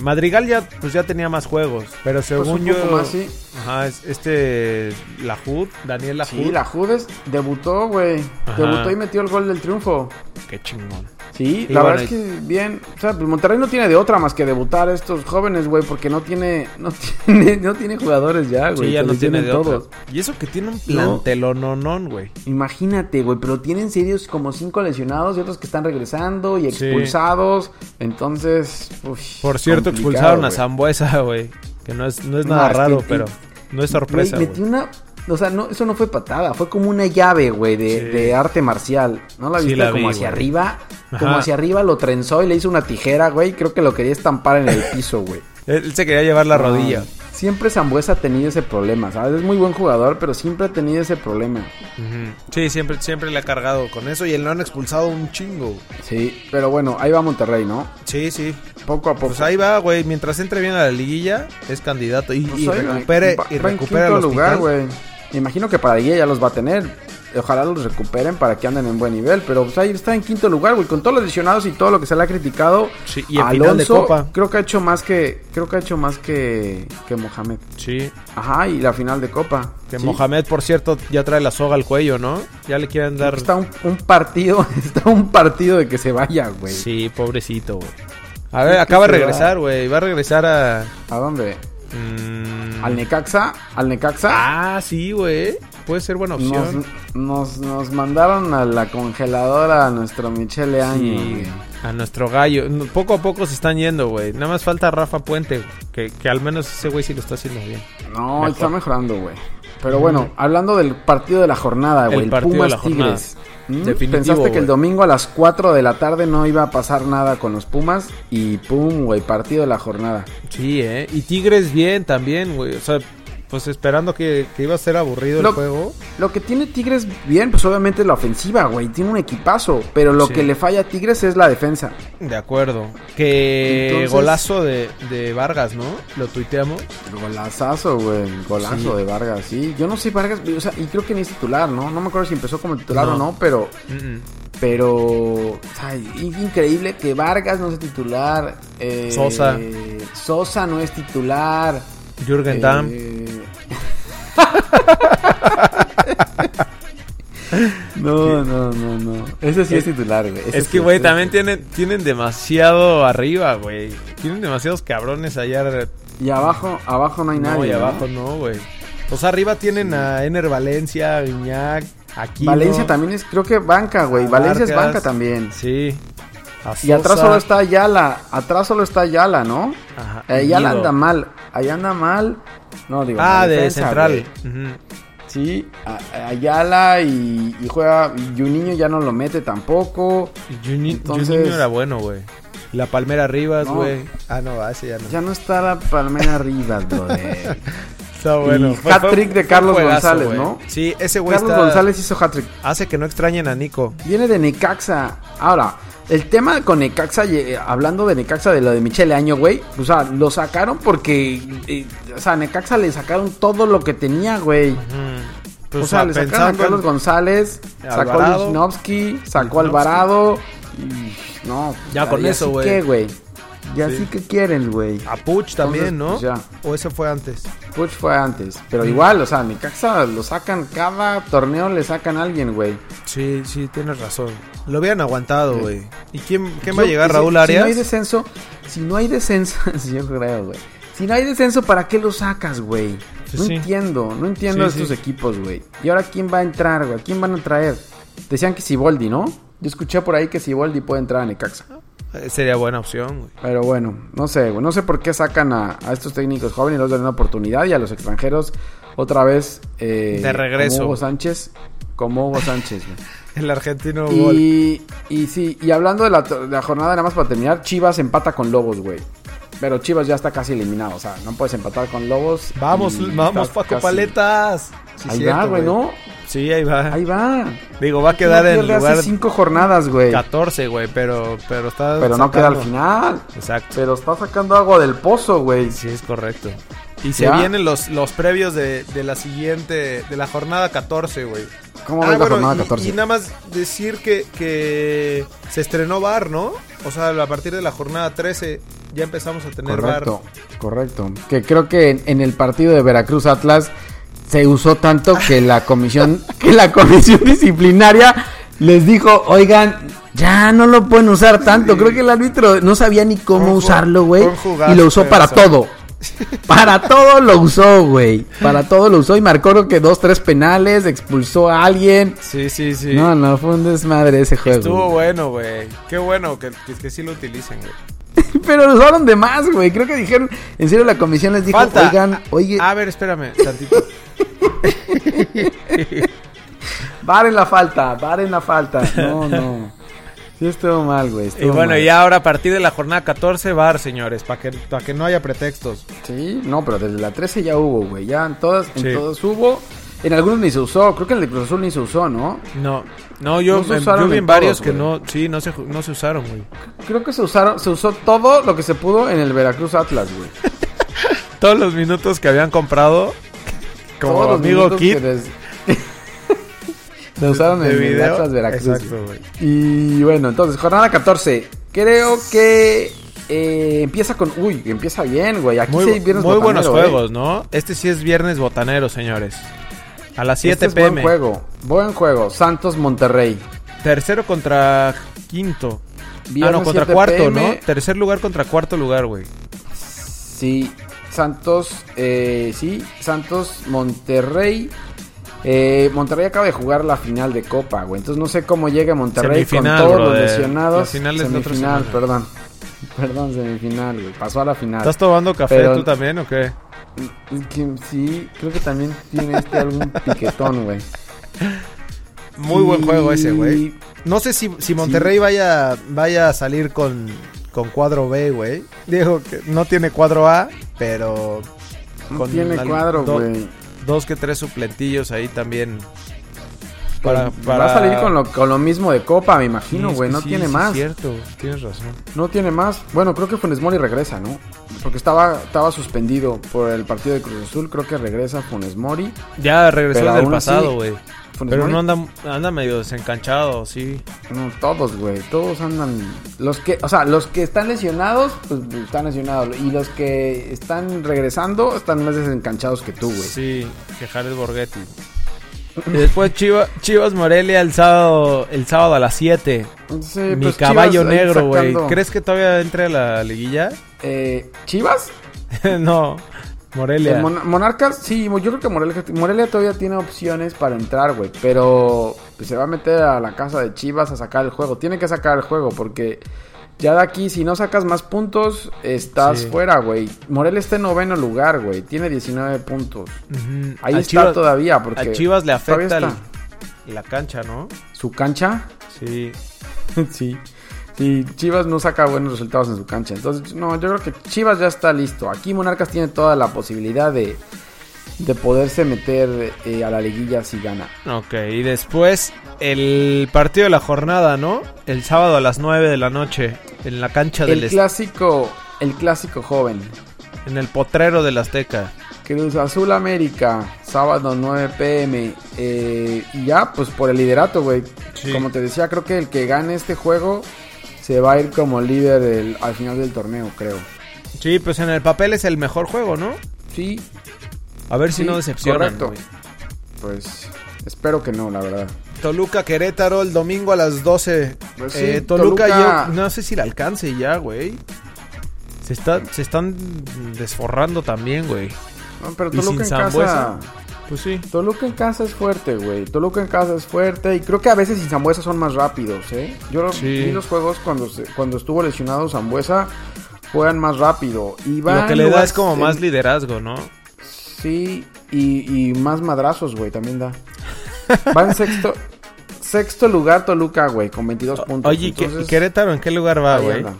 [SPEAKER 2] Madrigal ya, pues ya tenía más juegos, pero según
[SPEAKER 3] Pues, un
[SPEAKER 2] yo...
[SPEAKER 3] poco más, sí.
[SPEAKER 2] Ajá, es- este... Lajud, Daniel Lajud.
[SPEAKER 3] Sí, la Judes debutó, güey.
[SPEAKER 2] Ajá.
[SPEAKER 3] Debutó y metió el gol del triunfo.
[SPEAKER 2] Qué chingón.
[SPEAKER 3] Sí,
[SPEAKER 2] Y
[SPEAKER 3] la
[SPEAKER 2] bueno,
[SPEAKER 3] verdad es que bien, o sea, pues Monterrey no tiene de otra más que debutar a estos jóvenes, güey, porque no tiene, no tiene, no tiene jugadores ya, Ah, güey.
[SPEAKER 2] sí, ya
[SPEAKER 3] se
[SPEAKER 2] no
[SPEAKER 3] les
[SPEAKER 2] tiene de
[SPEAKER 3] vienen
[SPEAKER 2] todos. Y eso que tiene un plantelononón, güey.
[SPEAKER 3] Imagínate, güey, pero tienen serios como cinco lesionados y otros que están regresando y expulsados. Entonces, uy,
[SPEAKER 2] Por cierto,
[SPEAKER 3] complicado,
[SPEAKER 2] expulsaron a
[SPEAKER 3] güey.
[SPEAKER 2] Zambuesa, güey. Que no es, no es
[SPEAKER 3] No,
[SPEAKER 2] nada
[SPEAKER 3] es que-
[SPEAKER 2] raro,
[SPEAKER 3] y-
[SPEAKER 2] pero no es sorpresa,
[SPEAKER 3] Güey,
[SPEAKER 2] güey.
[SPEAKER 3] metí una, o sea, no, eso no fue patada, fue como una llave, güey, de,
[SPEAKER 2] Sí.
[SPEAKER 3] de arte marcial. ¿No la
[SPEAKER 2] Sí,
[SPEAKER 3] viste
[SPEAKER 2] la
[SPEAKER 3] como
[SPEAKER 2] vi,
[SPEAKER 3] hacia
[SPEAKER 2] güey.
[SPEAKER 3] arriba? Como
[SPEAKER 2] Ajá.
[SPEAKER 3] hacia arriba lo trenzó y le hizo una tijera, güey. Creo que lo quería estampar en el piso, güey.
[SPEAKER 2] Él se quería llevar la
[SPEAKER 3] No.
[SPEAKER 2] rodilla.
[SPEAKER 3] Siempre Zambuesa ha tenido ese problema, ¿sabes? Es muy buen jugador, pero siempre ha tenido ese problema.
[SPEAKER 2] Ujú. Sí, siempre, siempre le ha cargado con eso y él lo han expulsado un chingo.
[SPEAKER 3] Sí, pero bueno, ahí va Monterrey, ¿no?
[SPEAKER 2] Sí, sí.
[SPEAKER 3] Poco a poco.
[SPEAKER 2] Pues ahí va, güey. Mientras entre bien a la liguilla, es candidato. Y,
[SPEAKER 3] Pues
[SPEAKER 2] y
[SPEAKER 3] ahí va.
[SPEAKER 2] recupere,
[SPEAKER 3] Va-
[SPEAKER 2] y
[SPEAKER 3] va en
[SPEAKER 2] recupera
[SPEAKER 3] quinto
[SPEAKER 2] los
[SPEAKER 3] lugar,
[SPEAKER 2] lugar,
[SPEAKER 3] güey. Me imagino que para Guille ya los va a tener. Ojalá los recuperen para que anden en buen nivel. Pero pues ahí está en quinto lugar, güey. Con todos los lesionados y todo lo que se le ha criticado.
[SPEAKER 2] Sí, y en final de Copa.
[SPEAKER 3] creo que ha hecho más que. Creo que ha hecho más que. que Mohamed.
[SPEAKER 2] Sí.
[SPEAKER 3] Ajá, y la final de Copa.
[SPEAKER 2] Que
[SPEAKER 3] Sí.
[SPEAKER 2] Mohamed, por cierto, ya trae la soga al cuello, ¿no? Ya le quieren dar.
[SPEAKER 3] Está un, un partido, está un partido de que se vaya, güey.
[SPEAKER 2] Sí, pobrecito, güey. A ver, acaba de
[SPEAKER 3] se va.
[SPEAKER 2] regresar, güey. Va a regresar a.
[SPEAKER 3] ¿A dónde?
[SPEAKER 2] mm,
[SPEAKER 3] ¿Al Necaxa? ¿Al Necaxa?
[SPEAKER 2] Ah, sí, güey. Puede ser buena
[SPEAKER 3] nos,
[SPEAKER 2] opción.
[SPEAKER 3] nos, nos mandaron a la congeladora a nuestro Michele Año.
[SPEAKER 2] Sí,
[SPEAKER 3] güey.
[SPEAKER 2] a nuestro gallo. No, Poco a poco se están yendo, güey. Nada más falta Rafa Puente, güey, que, que al menos ese güey sí lo está haciendo bien.
[SPEAKER 3] No, está mejorando, güey. Pero bueno, hablando del partido de la jornada, güey.
[SPEAKER 2] Mm. El
[SPEAKER 3] El
[SPEAKER 2] partido de
[SPEAKER 3] Pumas
[SPEAKER 2] la jornada.
[SPEAKER 3] Tigres. ¿Mm?
[SPEAKER 2] Definitivo,
[SPEAKER 3] Pensaste que
[SPEAKER 2] güey.
[SPEAKER 3] el domingo a las 4 de la tarde no iba a pasar nada con los Pumas. Y pum, güey, partido de la jornada.
[SPEAKER 2] Sí, eh. Y Tigres bien también, güey. O sea, pues esperando que, que iba a ser aburrido
[SPEAKER 3] Lo-
[SPEAKER 2] el juego.
[SPEAKER 3] Lo que tiene Tigres bien, pues obviamente es la ofensiva, güey. Tiene un equipazo. Pero lo
[SPEAKER 2] Sí.
[SPEAKER 3] que le falla a Tigres es la defensa.
[SPEAKER 2] De acuerdo. Que
[SPEAKER 3] Entonces-
[SPEAKER 2] golazo de, de Vargas, ¿no? Lo tuiteamos.
[SPEAKER 3] Golazazo, güey.
[SPEAKER 2] Sí.
[SPEAKER 3] Golazo de Vargas, sí. Yo no sé, Vargas, o sea, y creo que ni es titular, ¿no? No me acuerdo si empezó como titular
[SPEAKER 2] No.
[SPEAKER 3] o no, pero.
[SPEAKER 2] Mm, mm.
[SPEAKER 3] Pero. o sea, in- increíble que Vargas no es titular. eh,
[SPEAKER 2] Sosa.
[SPEAKER 3] Sosa no es titular.
[SPEAKER 2] Jürgen
[SPEAKER 3] eh,
[SPEAKER 2] Damm.
[SPEAKER 3] no, no, no, no. Ese sí es, titular, güey. Ese
[SPEAKER 2] Es
[SPEAKER 3] sí,
[SPEAKER 2] que, güey,
[SPEAKER 3] ese
[SPEAKER 2] también
[SPEAKER 3] sí.
[SPEAKER 2] tienen, tienen demasiado arriba, güey. Tienen demasiados cabrones allá. de-
[SPEAKER 3] Y abajo, abajo no hay
[SPEAKER 2] No,
[SPEAKER 3] nadie.
[SPEAKER 2] y
[SPEAKER 3] ¿no?
[SPEAKER 2] abajo no, güey. O sea, arriba tienen a Ener Valencia, a Guiñac, aquí.
[SPEAKER 3] Valencia también es, creo que banca, güey.
[SPEAKER 2] A
[SPEAKER 3] Valencia es
[SPEAKER 2] Ah, Vargas.
[SPEAKER 3] banca también.
[SPEAKER 2] Sí. A
[SPEAKER 3] Y atrás
[SPEAKER 2] Sosa.
[SPEAKER 3] solo está Ayala. Atrás solo está Ayala, ¿no?
[SPEAKER 2] Ajá,
[SPEAKER 3] Eh, Ayala
[SPEAKER 2] Guido.
[SPEAKER 3] anda mal. Allá anda mal. No, digo.
[SPEAKER 2] Ah,
[SPEAKER 3] la
[SPEAKER 2] de
[SPEAKER 3] defensa,
[SPEAKER 2] central.
[SPEAKER 3] güey.
[SPEAKER 2] Ujú.
[SPEAKER 3] Sí, a- Ayala y, y juega. Y Juninho ya no lo mete tampoco.
[SPEAKER 2] Juni-
[SPEAKER 3] Entonces-
[SPEAKER 2] Juninho era bueno, güey. La Palmera Rivas,
[SPEAKER 3] No.
[SPEAKER 2] güey. Ah, no, va, ese ya no.
[SPEAKER 3] Ya no está la palmera arriba,
[SPEAKER 2] Este
[SPEAKER 3] brother.
[SPEAKER 2] Está
[SPEAKER 3] Y hat-trick de Carlos
[SPEAKER 2] un
[SPEAKER 3] González,
[SPEAKER 2] güey.
[SPEAKER 3] ¿no?
[SPEAKER 2] Sí, ese güey
[SPEAKER 3] Carlos
[SPEAKER 2] está...
[SPEAKER 3] González hizo hat-trick.
[SPEAKER 2] Hace que no extrañen a Nico.
[SPEAKER 3] Viene de Necaxa. Ahora, el tema con Necaxa, y, eh, hablando de Necaxa, de lo de Michele Año, güey, o sea, lo sacaron porque, eh, o sea, a Necaxa le sacaron todo lo que tenía, güey.
[SPEAKER 2] Pues,
[SPEAKER 3] o sea, le sacaron a
[SPEAKER 2] pensando en-
[SPEAKER 3] Carlos González, sacó a
[SPEAKER 2] Alvarado.
[SPEAKER 3] Lichnowsky, sacó a
[SPEAKER 2] Lichnowsky.
[SPEAKER 3] Alvarado. y, no,
[SPEAKER 2] Ya con
[SPEAKER 3] ¿y
[SPEAKER 2] eso,
[SPEAKER 3] así
[SPEAKER 2] güey.
[SPEAKER 3] qué, güey? Y así
[SPEAKER 2] Sí. Ah.
[SPEAKER 3] que quieren, güey.
[SPEAKER 2] A Puch también,
[SPEAKER 3] Entonces,
[SPEAKER 2] ¿no?
[SPEAKER 3] pues,
[SPEAKER 2] O ese fue antes.
[SPEAKER 3] Puch fue antes. Pero igual, o sea, Necaxa lo sacan, cada torneo le sacan a alguien, güey.
[SPEAKER 2] Sí, sí, tienes razón. Lo habían aguantado,
[SPEAKER 3] Sí.
[SPEAKER 2] güey. ¿Y quién, quién va
[SPEAKER 3] Yo-
[SPEAKER 2] a llegar?
[SPEAKER 3] si-
[SPEAKER 2] ¿Raúl
[SPEAKER 3] Si no
[SPEAKER 2] Arias?
[SPEAKER 3] hay descenso, si no hay descenso, sí, yo creo, güey. Si no hay descenso, ¿para qué lo sacas, güey?
[SPEAKER 2] Sí,
[SPEAKER 3] No
[SPEAKER 2] sí.
[SPEAKER 3] entiendo, no entiendo
[SPEAKER 2] Sí,
[SPEAKER 3] estos
[SPEAKER 2] sí.
[SPEAKER 3] equipos, güey. ¿Y ahora quién va a entrar, güey? ¿Quién van a traer? Decían que Siboldi, ¿no? Yo escuché por ahí que Siboldi puede entrar a Necaxa.
[SPEAKER 2] Eh, Sería buena opción, güey.
[SPEAKER 3] Pero bueno, no sé, güey. No sé por qué sacan a, a estos técnicos jóvenes, los dan una oportunidad y a los extranjeros otra vez. eh,
[SPEAKER 2] De regreso.
[SPEAKER 3] Como Hugo Sánchez. Como Hugo Sánchez, güey.
[SPEAKER 2] El argentino gol.
[SPEAKER 3] Y, y sí, y hablando de la, de la jornada, nada más para terminar, Chivas empata con Lobos, güey. Pero Chivas ya está casi eliminado, o sea, no puedes empatar con Lobos.
[SPEAKER 2] Vamos,
[SPEAKER 3] y
[SPEAKER 2] vamos,
[SPEAKER 3] estás
[SPEAKER 2] Paco
[SPEAKER 3] casi-
[SPEAKER 2] Paletas. Sí,
[SPEAKER 3] Ahí
[SPEAKER 2] cierto,
[SPEAKER 3] va, güey, ¿no?
[SPEAKER 2] Sí, ahí va.
[SPEAKER 3] Ahí va.
[SPEAKER 2] Digo, va a quedar
[SPEAKER 3] No
[SPEAKER 2] en
[SPEAKER 3] pierde
[SPEAKER 2] lugar
[SPEAKER 3] Hace cinco jornadas, güey.
[SPEAKER 2] 14, güey, pero, pero está.
[SPEAKER 3] Pero no queda al
[SPEAKER 2] sacando.
[SPEAKER 3] final.
[SPEAKER 2] Exacto.
[SPEAKER 3] Pero está sacando agua del pozo, güey.
[SPEAKER 2] Sí, es correcto. Y
[SPEAKER 3] Ya.
[SPEAKER 2] se vienen los, los previos de, de la siguiente, de la jornada 14, güey. Ah,
[SPEAKER 3] ¿Cómo ves la
[SPEAKER 2] bueno,
[SPEAKER 3] jornada
[SPEAKER 2] y-
[SPEAKER 3] 14?
[SPEAKER 2] Y, nada más decir que, que se estrenó VAR, ¿no? O sea, a partir de la jornada 13 ya empezamos a tener
[SPEAKER 3] Correcto, correcto. Que creo que en, en el partido de Veracruz Atlas se usó tanto que la comisión, que la comisión disciplinaria les dijo, oigan, ya no lo pueden usar tanto. Creo que el árbitro no sabía ni cómo
[SPEAKER 2] Buen ju-
[SPEAKER 3] usarlo, güey.
[SPEAKER 2] buen jugazo,
[SPEAKER 3] Y lo usó
[SPEAKER 2] pero
[SPEAKER 3] para
[SPEAKER 2] eso.
[SPEAKER 3] todo. Para todo lo usó, güey. Para todo lo usó y marcó creo que dos, tres penales, expulsó a alguien.
[SPEAKER 2] VAR. Sí, sí, sí.
[SPEAKER 3] No, no, fue un desmadre ese juego.
[SPEAKER 2] Estuvo bueno, güey. Qué bueno que, que, que sí lo utilicen, güey.
[SPEAKER 3] Pero los usaron de más, güey. Creo que dijeron, en serio la comisión les dijo,
[SPEAKER 2] Falta.
[SPEAKER 3] oigan, oye,
[SPEAKER 2] A ver, espérame, tantito.
[SPEAKER 3] Varen la falta, varen la falta. No, no. Sí, estuvo mal, güey. estuvo
[SPEAKER 2] Y bueno,
[SPEAKER 3] mal.
[SPEAKER 2] ya ahora a partir de la jornada 14, bar, señores, para que, pa' que no haya pretextos.
[SPEAKER 3] Sí, no, pero desde la 13 ya hubo, güey. Ya en todas, en
[SPEAKER 2] Sí.
[SPEAKER 3] todas hubo. En algunos ni se usó. Creo que el de Cruz Azul ni se usó, ¿no?
[SPEAKER 2] No, no, yo,
[SPEAKER 3] No se
[SPEAKER 2] em,
[SPEAKER 3] usaron
[SPEAKER 2] yo vi
[SPEAKER 3] en
[SPEAKER 2] en varios que
[SPEAKER 3] todos, güey.
[SPEAKER 2] no, sí, no se, ju- no se usaron, güey.
[SPEAKER 3] Creo que se usaron, se usó todo lo que se pudo en el Veracruz Atlas, güey.
[SPEAKER 2] Todos los minutos que habían comprado, como
[SPEAKER 3] Todos los
[SPEAKER 2] amigo
[SPEAKER 3] minutos
[SPEAKER 2] Kit,
[SPEAKER 3] que des- se usaron
[SPEAKER 2] de
[SPEAKER 3] en el
[SPEAKER 2] video.
[SPEAKER 3] Atlas Veracruz.
[SPEAKER 2] Exacto,
[SPEAKER 3] güey.
[SPEAKER 2] güey.
[SPEAKER 3] Y bueno, entonces, jornada 14. Creo que eh, empieza con. Uy, empieza bien, güey. Aquí
[SPEAKER 2] Muy,
[SPEAKER 3] sí
[SPEAKER 2] bu-
[SPEAKER 3] viernes ¿eh?
[SPEAKER 2] muy buenos
[SPEAKER 3] botanero,
[SPEAKER 2] juegos, ¿no? Este sí es viernes botanero, señores. A las
[SPEAKER 3] eh.
[SPEAKER 2] 7
[SPEAKER 3] Este es
[SPEAKER 2] pm.
[SPEAKER 3] buen juego. Buen juego. Santos Monterrey.
[SPEAKER 2] Tercero contra quinto. ah,
[SPEAKER 3] Viernes
[SPEAKER 2] no, contra
[SPEAKER 3] 7
[SPEAKER 2] cuarto,
[SPEAKER 3] PM.
[SPEAKER 2] ¿no? Tercer lugar contra cuarto lugar, güey.
[SPEAKER 3] Sí, Santos, eh, sí, Santos, Monterrey. Eh, Monterrey acaba de jugar la final de Copa, güey. Entonces no sé cómo llega Monterrey con
[SPEAKER 2] Semifinal,
[SPEAKER 3] todos los
[SPEAKER 2] brother. La
[SPEAKER 3] lesionados.
[SPEAKER 2] final es la otra
[SPEAKER 3] semifinal,
[SPEAKER 2] semana.
[SPEAKER 3] perdón. Perdón, semifinal, güey. Pasó a la final.
[SPEAKER 2] ¿Estás tomando café
[SPEAKER 3] Ah, Pero-
[SPEAKER 2] tú también o qué?
[SPEAKER 3] Que- Sí, creo que también tiene este algún piquetón, güey.
[SPEAKER 2] Muy buen juego ese, güey.
[SPEAKER 3] Y-
[SPEAKER 2] No sé si, si Monterrey vaya, vaya a salir con, con cuadro B, güey. Dijo que no tiene cuadro A, pero...
[SPEAKER 3] No
[SPEAKER 2] con
[SPEAKER 3] tiene
[SPEAKER 2] al-
[SPEAKER 3] cuadro,
[SPEAKER 2] do-
[SPEAKER 3] güey.
[SPEAKER 2] Dos que tres suplentillos ahí también. Para,
[SPEAKER 3] Pues
[SPEAKER 2] para-
[SPEAKER 3] Va a salir con lo, con lo mismo de Copa, me
[SPEAKER 2] Sí,
[SPEAKER 3] imagino,
[SPEAKER 2] es
[SPEAKER 3] güey.
[SPEAKER 2] que
[SPEAKER 3] No
[SPEAKER 2] sí,
[SPEAKER 3] tiene
[SPEAKER 2] sí,
[SPEAKER 3] más.
[SPEAKER 2] Es cierto, tienes razón.
[SPEAKER 3] No tiene más. Bueno, creo que Funes Mori regresa, ¿no? Porque estaba, estaba suspendido por el partido de Cruz Azul. Creo que regresa Funes Mori.
[SPEAKER 2] Ya regresó
[SPEAKER 3] Pero
[SPEAKER 2] del
[SPEAKER 3] aún así,
[SPEAKER 2] pasado, güey.
[SPEAKER 3] Funes
[SPEAKER 2] Pero
[SPEAKER 3] Mori-
[SPEAKER 2] no anda, anda medio desencanchado, sí.
[SPEAKER 3] No, todos, güey. Todos andan. Los que, o sea, los que están lesionados, pues están lesionados. Y los que están regresando, están más desencanchados que tú, güey.
[SPEAKER 2] Sí, que Jared Borghetti. Y después Chiva- Chivas Morelia el sábado, el sábado a las 7.
[SPEAKER 3] Sí,
[SPEAKER 2] Mi
[SPEAKER 3] pues,
[SPEAKER 2] caballo
[SPEAKER 3] Chivas ahí
[SPEAKER 2] negro, güey.
[SPEAKER 3] sacando-
[SPEAKER 2] ¿Crees que todavía entre a la liguilla?
[SPEAKER 3] Eh, ¿Chivas?
[SPEAKER 2] no, Morelia.
[SPEAKER 3] El Mon- Monarcas, sí, yo creo que Morelia, Morelia todavía tiene opciones para entrar, güey. Pero pues, se va a meter a la casa de Chivas a sacar el juego. Tiene que sacar el juego porque ya de aquí, si no sacas más puntos, estás
[SPEAKER 2] Sí.
[SPEAKER 3] fuera, güey. Morelia está en noveno lugar, güey. Tiene 19 puntos.
[SPEAKER 2] Ujú.
[SPEAKER 3] Ahí
[SPEAKER 2] A
[SPEAKER 3] está
[SPEAKER 2] Chivas-
[SPEAKER 3] todavía porque...
[SPEAKER 2] A Chivas le
[SPEAKER 3] todavía
[SPEAKER 2] afecta
[SPEAKER 3] está.
[SPEAKER 2] el- la cancha, ¿no?
[SPEAKER 3] ¿Su cancha?
[SPEAKER 2] Sí.
[SPEAKER 3] sí. Sí, Chivas no saca buenos resultados en su cancha. Entonces, no, yo creo que Chivas ya está listo. Aquí Monarcas tiene toda la posibilidad de, de poderse meter eh, a la liguilla si gana.
[SPEAKER 2] Ok, y después el partido de la jornada, ¿no? El sábado a las 9 de la noche en la cancha del
[SPEAKER 3] El
[SPEAKER 2] est-
[SPEAKER 3] clásico, el clásico joven.
[SPEAKER 2] en el potrero del Azteca.
[SPEAKER 3] Cruz Azul América, sábado 9 pm. eh, y ya, pues por el liderato, güey.
[SPEAKER 2] Sí.
[SPEAKER 3] Como te decía, creo que el que gane este juego se va a ir como líder del- al final del torneo, creo.
[SPEAKER 2] Sí, pues en el papel es el mejor juego, ¿no?
[SPEAKER 3] Sí,
[SPEAKER 2] A ver si
[SPEAKER 3] Sí,
[SPEAKER 2] no decepcionan.
[SPEAKER 3] correcto.
[SPEAKER 2] güey.
[SPEAKER 3] pues espero que no, la verdad.
[SPEAKER 2] Toluca Querétaro el domingo a las 12.
[SPEAKER 3] Pues
[SPEAKER 2] Eh,
[SPEAKER 3] sí,
[SPEAKER 2] Toluca,
[SPEAKER 3] Toluca-
[SPEAKER 2] yo no sé si la alcance ya, güey. Se, está, se están desforrando también, güey.
[SPEAKER 3] No, pero
[SPEAKER 2] ¿Y sin
[SPEAKER 3] Toluca en
[SPEAKER 2] Sambuesa?
[SPEAKER 3] casa.
[SPEAKER 2] Pues sí.
[SPEAKER 3] Toluca en casa es fuerte, güey. Toluca en casa es fuerte. Y creo que a veces sin Zambuesa son más rápidos, ¿eh? Yo lo-
[SPEAKER 2] Sí.
[SPEAKER 3] vi los juegos cuando, se- cuando estuvo lesionado Zambuesa, juegan más rápido. Y van
[SPEAKER 2] Lo que le da
[SPEAKER 3] lugares-
[SPEAKER 2] es como más
[SPEAKER 3] en-
[SPEAKER 2] liderazgo, ¿no?
[SPEAKER 3] Sí, y, y más madrazos, güey, también da. Va en sexto, sexto lugar Toluca, güey, con 22 puntos.
[SPEAKER 2] Oye, ¿y Qué-
[SPEAKER 3] Entonces,
[SPEAKER 2] Querétaro en qué lugar va,
[SPEAKER 3] ahí
[SPEAKER 2] güey?
[SPEAKER 3] anda.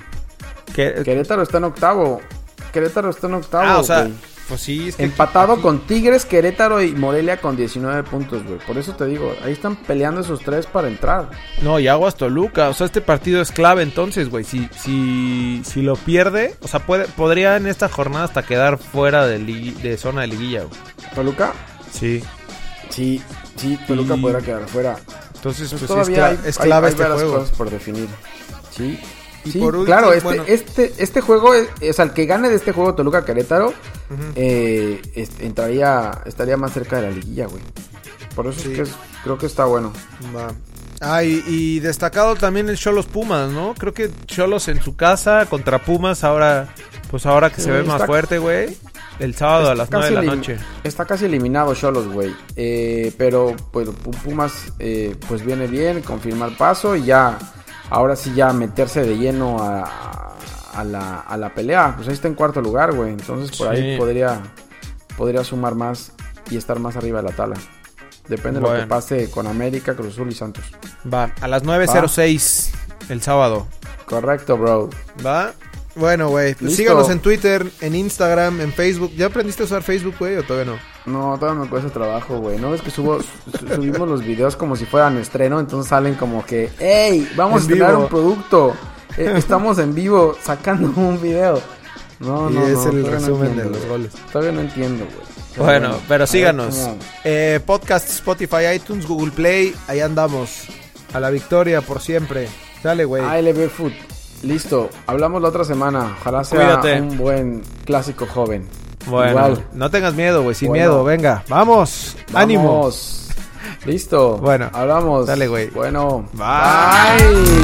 [SPEAKER 2] ¿Qué-
[SPEAKER 3] Querétaro está en octavo. Querétaro está en octavo,
[SPEAKER 2] Ah, o sea,
[SPEAKER 3] güey.
[SPEAKER 2] pues sí, este
[SPEAKER 3] Empatado
[SPEAKER 2] equipo-
[SPEAKER 3] con Tigres, Querétaro y Morelia con 19 puntos, güey. Por eso te digo, ahí están peleando esos tres para entrar.
[SPEAKER 2] No, y Aguas Toluca, o sea, este partido es clave entonces, güey. Si si si lo pierde, o sea, puede podría en esta jornada hasta quedar fuera de, ligui- de zona de liguilla, güey.
[SPEAKER 3] ¿Toluca?
[SPEAKER 2] Sí.
[SPEAKER 3] Sí, sí, Toluca
[SPEAKER 2] Y-
[SPEAKER 3] podrá quedar fuera.
[SPEAKER 2] Entonces, pues,
[SPEAKER 3] Pues
[SPEAKER 2] sí es,
[SPEAKER 3] todavía
[SPEAKER 2] cla-
[SPEAKER 3] hay,
[SPEAKER 2] es
[SPEAKER 3] hay-
[SPEAKER 2] clave
[SPEAKER 3] hay
[SPEAKER 2] este
[SPEAKER 3] varias
[SPEAKER 2] juego.
[SPEAKER 3] cosas por definir. Sí.
[SPEAKER 2] Y
[SPEAKER 3] Sí,
[SPEAKER 2] por último,
[SPEAKER 3] claro, este,
[SPEAKER 2] bueno.
[SPEAKER 3] este, este juego, es, o sea, el que gane de este juego Toluca Querétaro, eh, es- entraría, estaría más cerca de la liguilla, güey. Por eso
[SPEAKER 2] Sí.
[SPEAKER 3] es que es- creo que está bueno.
[SPEAKER 2] Va. Ah, y, y destacado también el Cholos Pumas, ¿no? Creo que Cholos en su casa contra Pumas ahora pues ahora que
[SPEAKER 3] Sí,
[SPEAKER 2] se ve más
[SPEAKER 3] está-
[SPEAKER 2] fuerte, güey. El sábado a las 9 de la
[SPEAKER 3] elim-
[SPEAKER 2] noche.
[SPEAKER 3] Está casi eliminado Cholos, güey. Eh, pero pues, Pu- Pumas eh, pues viene bien, confirma el paso y ya, ahora sí ya meterse de lleno a, a la, a la pelea. Pues ahí está en cuarto lugar, güey. Entonces por
[SPEAKER 2] Sí.
[SPEAKER 3] ahí podría, podría sumar más y estar más arriba de la tabla. Depende de lo
[SPEAKER 2] Bueno.
[SPEAKER 3] que pase con América, Cruz Azul y Santos.
[SPEAKER 2] Va, a las 9.06. El sábado.
[SPEAKER 3] Correcto, bro.
[SPEAKER 2] ¿Va? Bueno, güey. pues
[SPEAKER 3] Listo.
[SPEAKER 2] síganos en Twitter, en Instagram, en Facebook. ¿Ya aprendiste a usar Facebook, güey, o todavía no?
[SPEAKER 3] No, todavía me cuesta trabajo, güey. No ves que subo, su- subimos los videos como si fueran estreno, entonces salen como que, hey, vamos
[SPEAKER 2] En
[SPEAKER 3] a estrenar
[SPEAKER 2] vivo.
[SPEAKER 3] un producto. Eh, estamos en vivo sacando un video. No,
[SPEAKER 2] y
[SPEAKER 3] no,
[SPEAKER 2] es
[SPEAKER 3] no,
[SPEAKER 2] el
[SPEAKER 3] todavía no
[SPEAKER 2] resumen de
[SPEAKER 3] entiendo,
[SPEAKER 2] los
[SPEAKER 3] güey.
[SPEAKER 2] goles.
[SPEAKER 3] Todavía no entiendo, güey.
[SPEAKER 2] Bueno, pero
[SPEAKER 3] a
[SPEAKER 2] síganos.
[SPEAKER 3] ver cómo-
[SPEAKER 2] Eh, podcast, Spotify, iTunes, Google Play. Ahí andamos. A la victoria por siempre. Dale, güey.
[SPEAKER 3] ALB Food. Listo, hablamos la otra semana. Ojalá sea
[SPEAKER 2] Cuídate.
[SPEAKER 3] un buen clásico joven.
[SPEAKER 2] Bueno,
[SPEAKER 3] Igual.
[SPEAKER 2] no tengas miedo, güey. Sin
[SPEAKER 3] Bueno.
[SPEAKER 2] miedo, venga. Vamos. Ánimo.
[SPEAKER 3] Vamos. Listo.
[SPEAKER 2] Bueno,
[SPEAKER 3] hablamos.
[SPEAKER 2] dale, güey.
[SPEAKER 3] Bueno.
[SPEAKER 2] Bye.
[SPEAKER 3] Bye.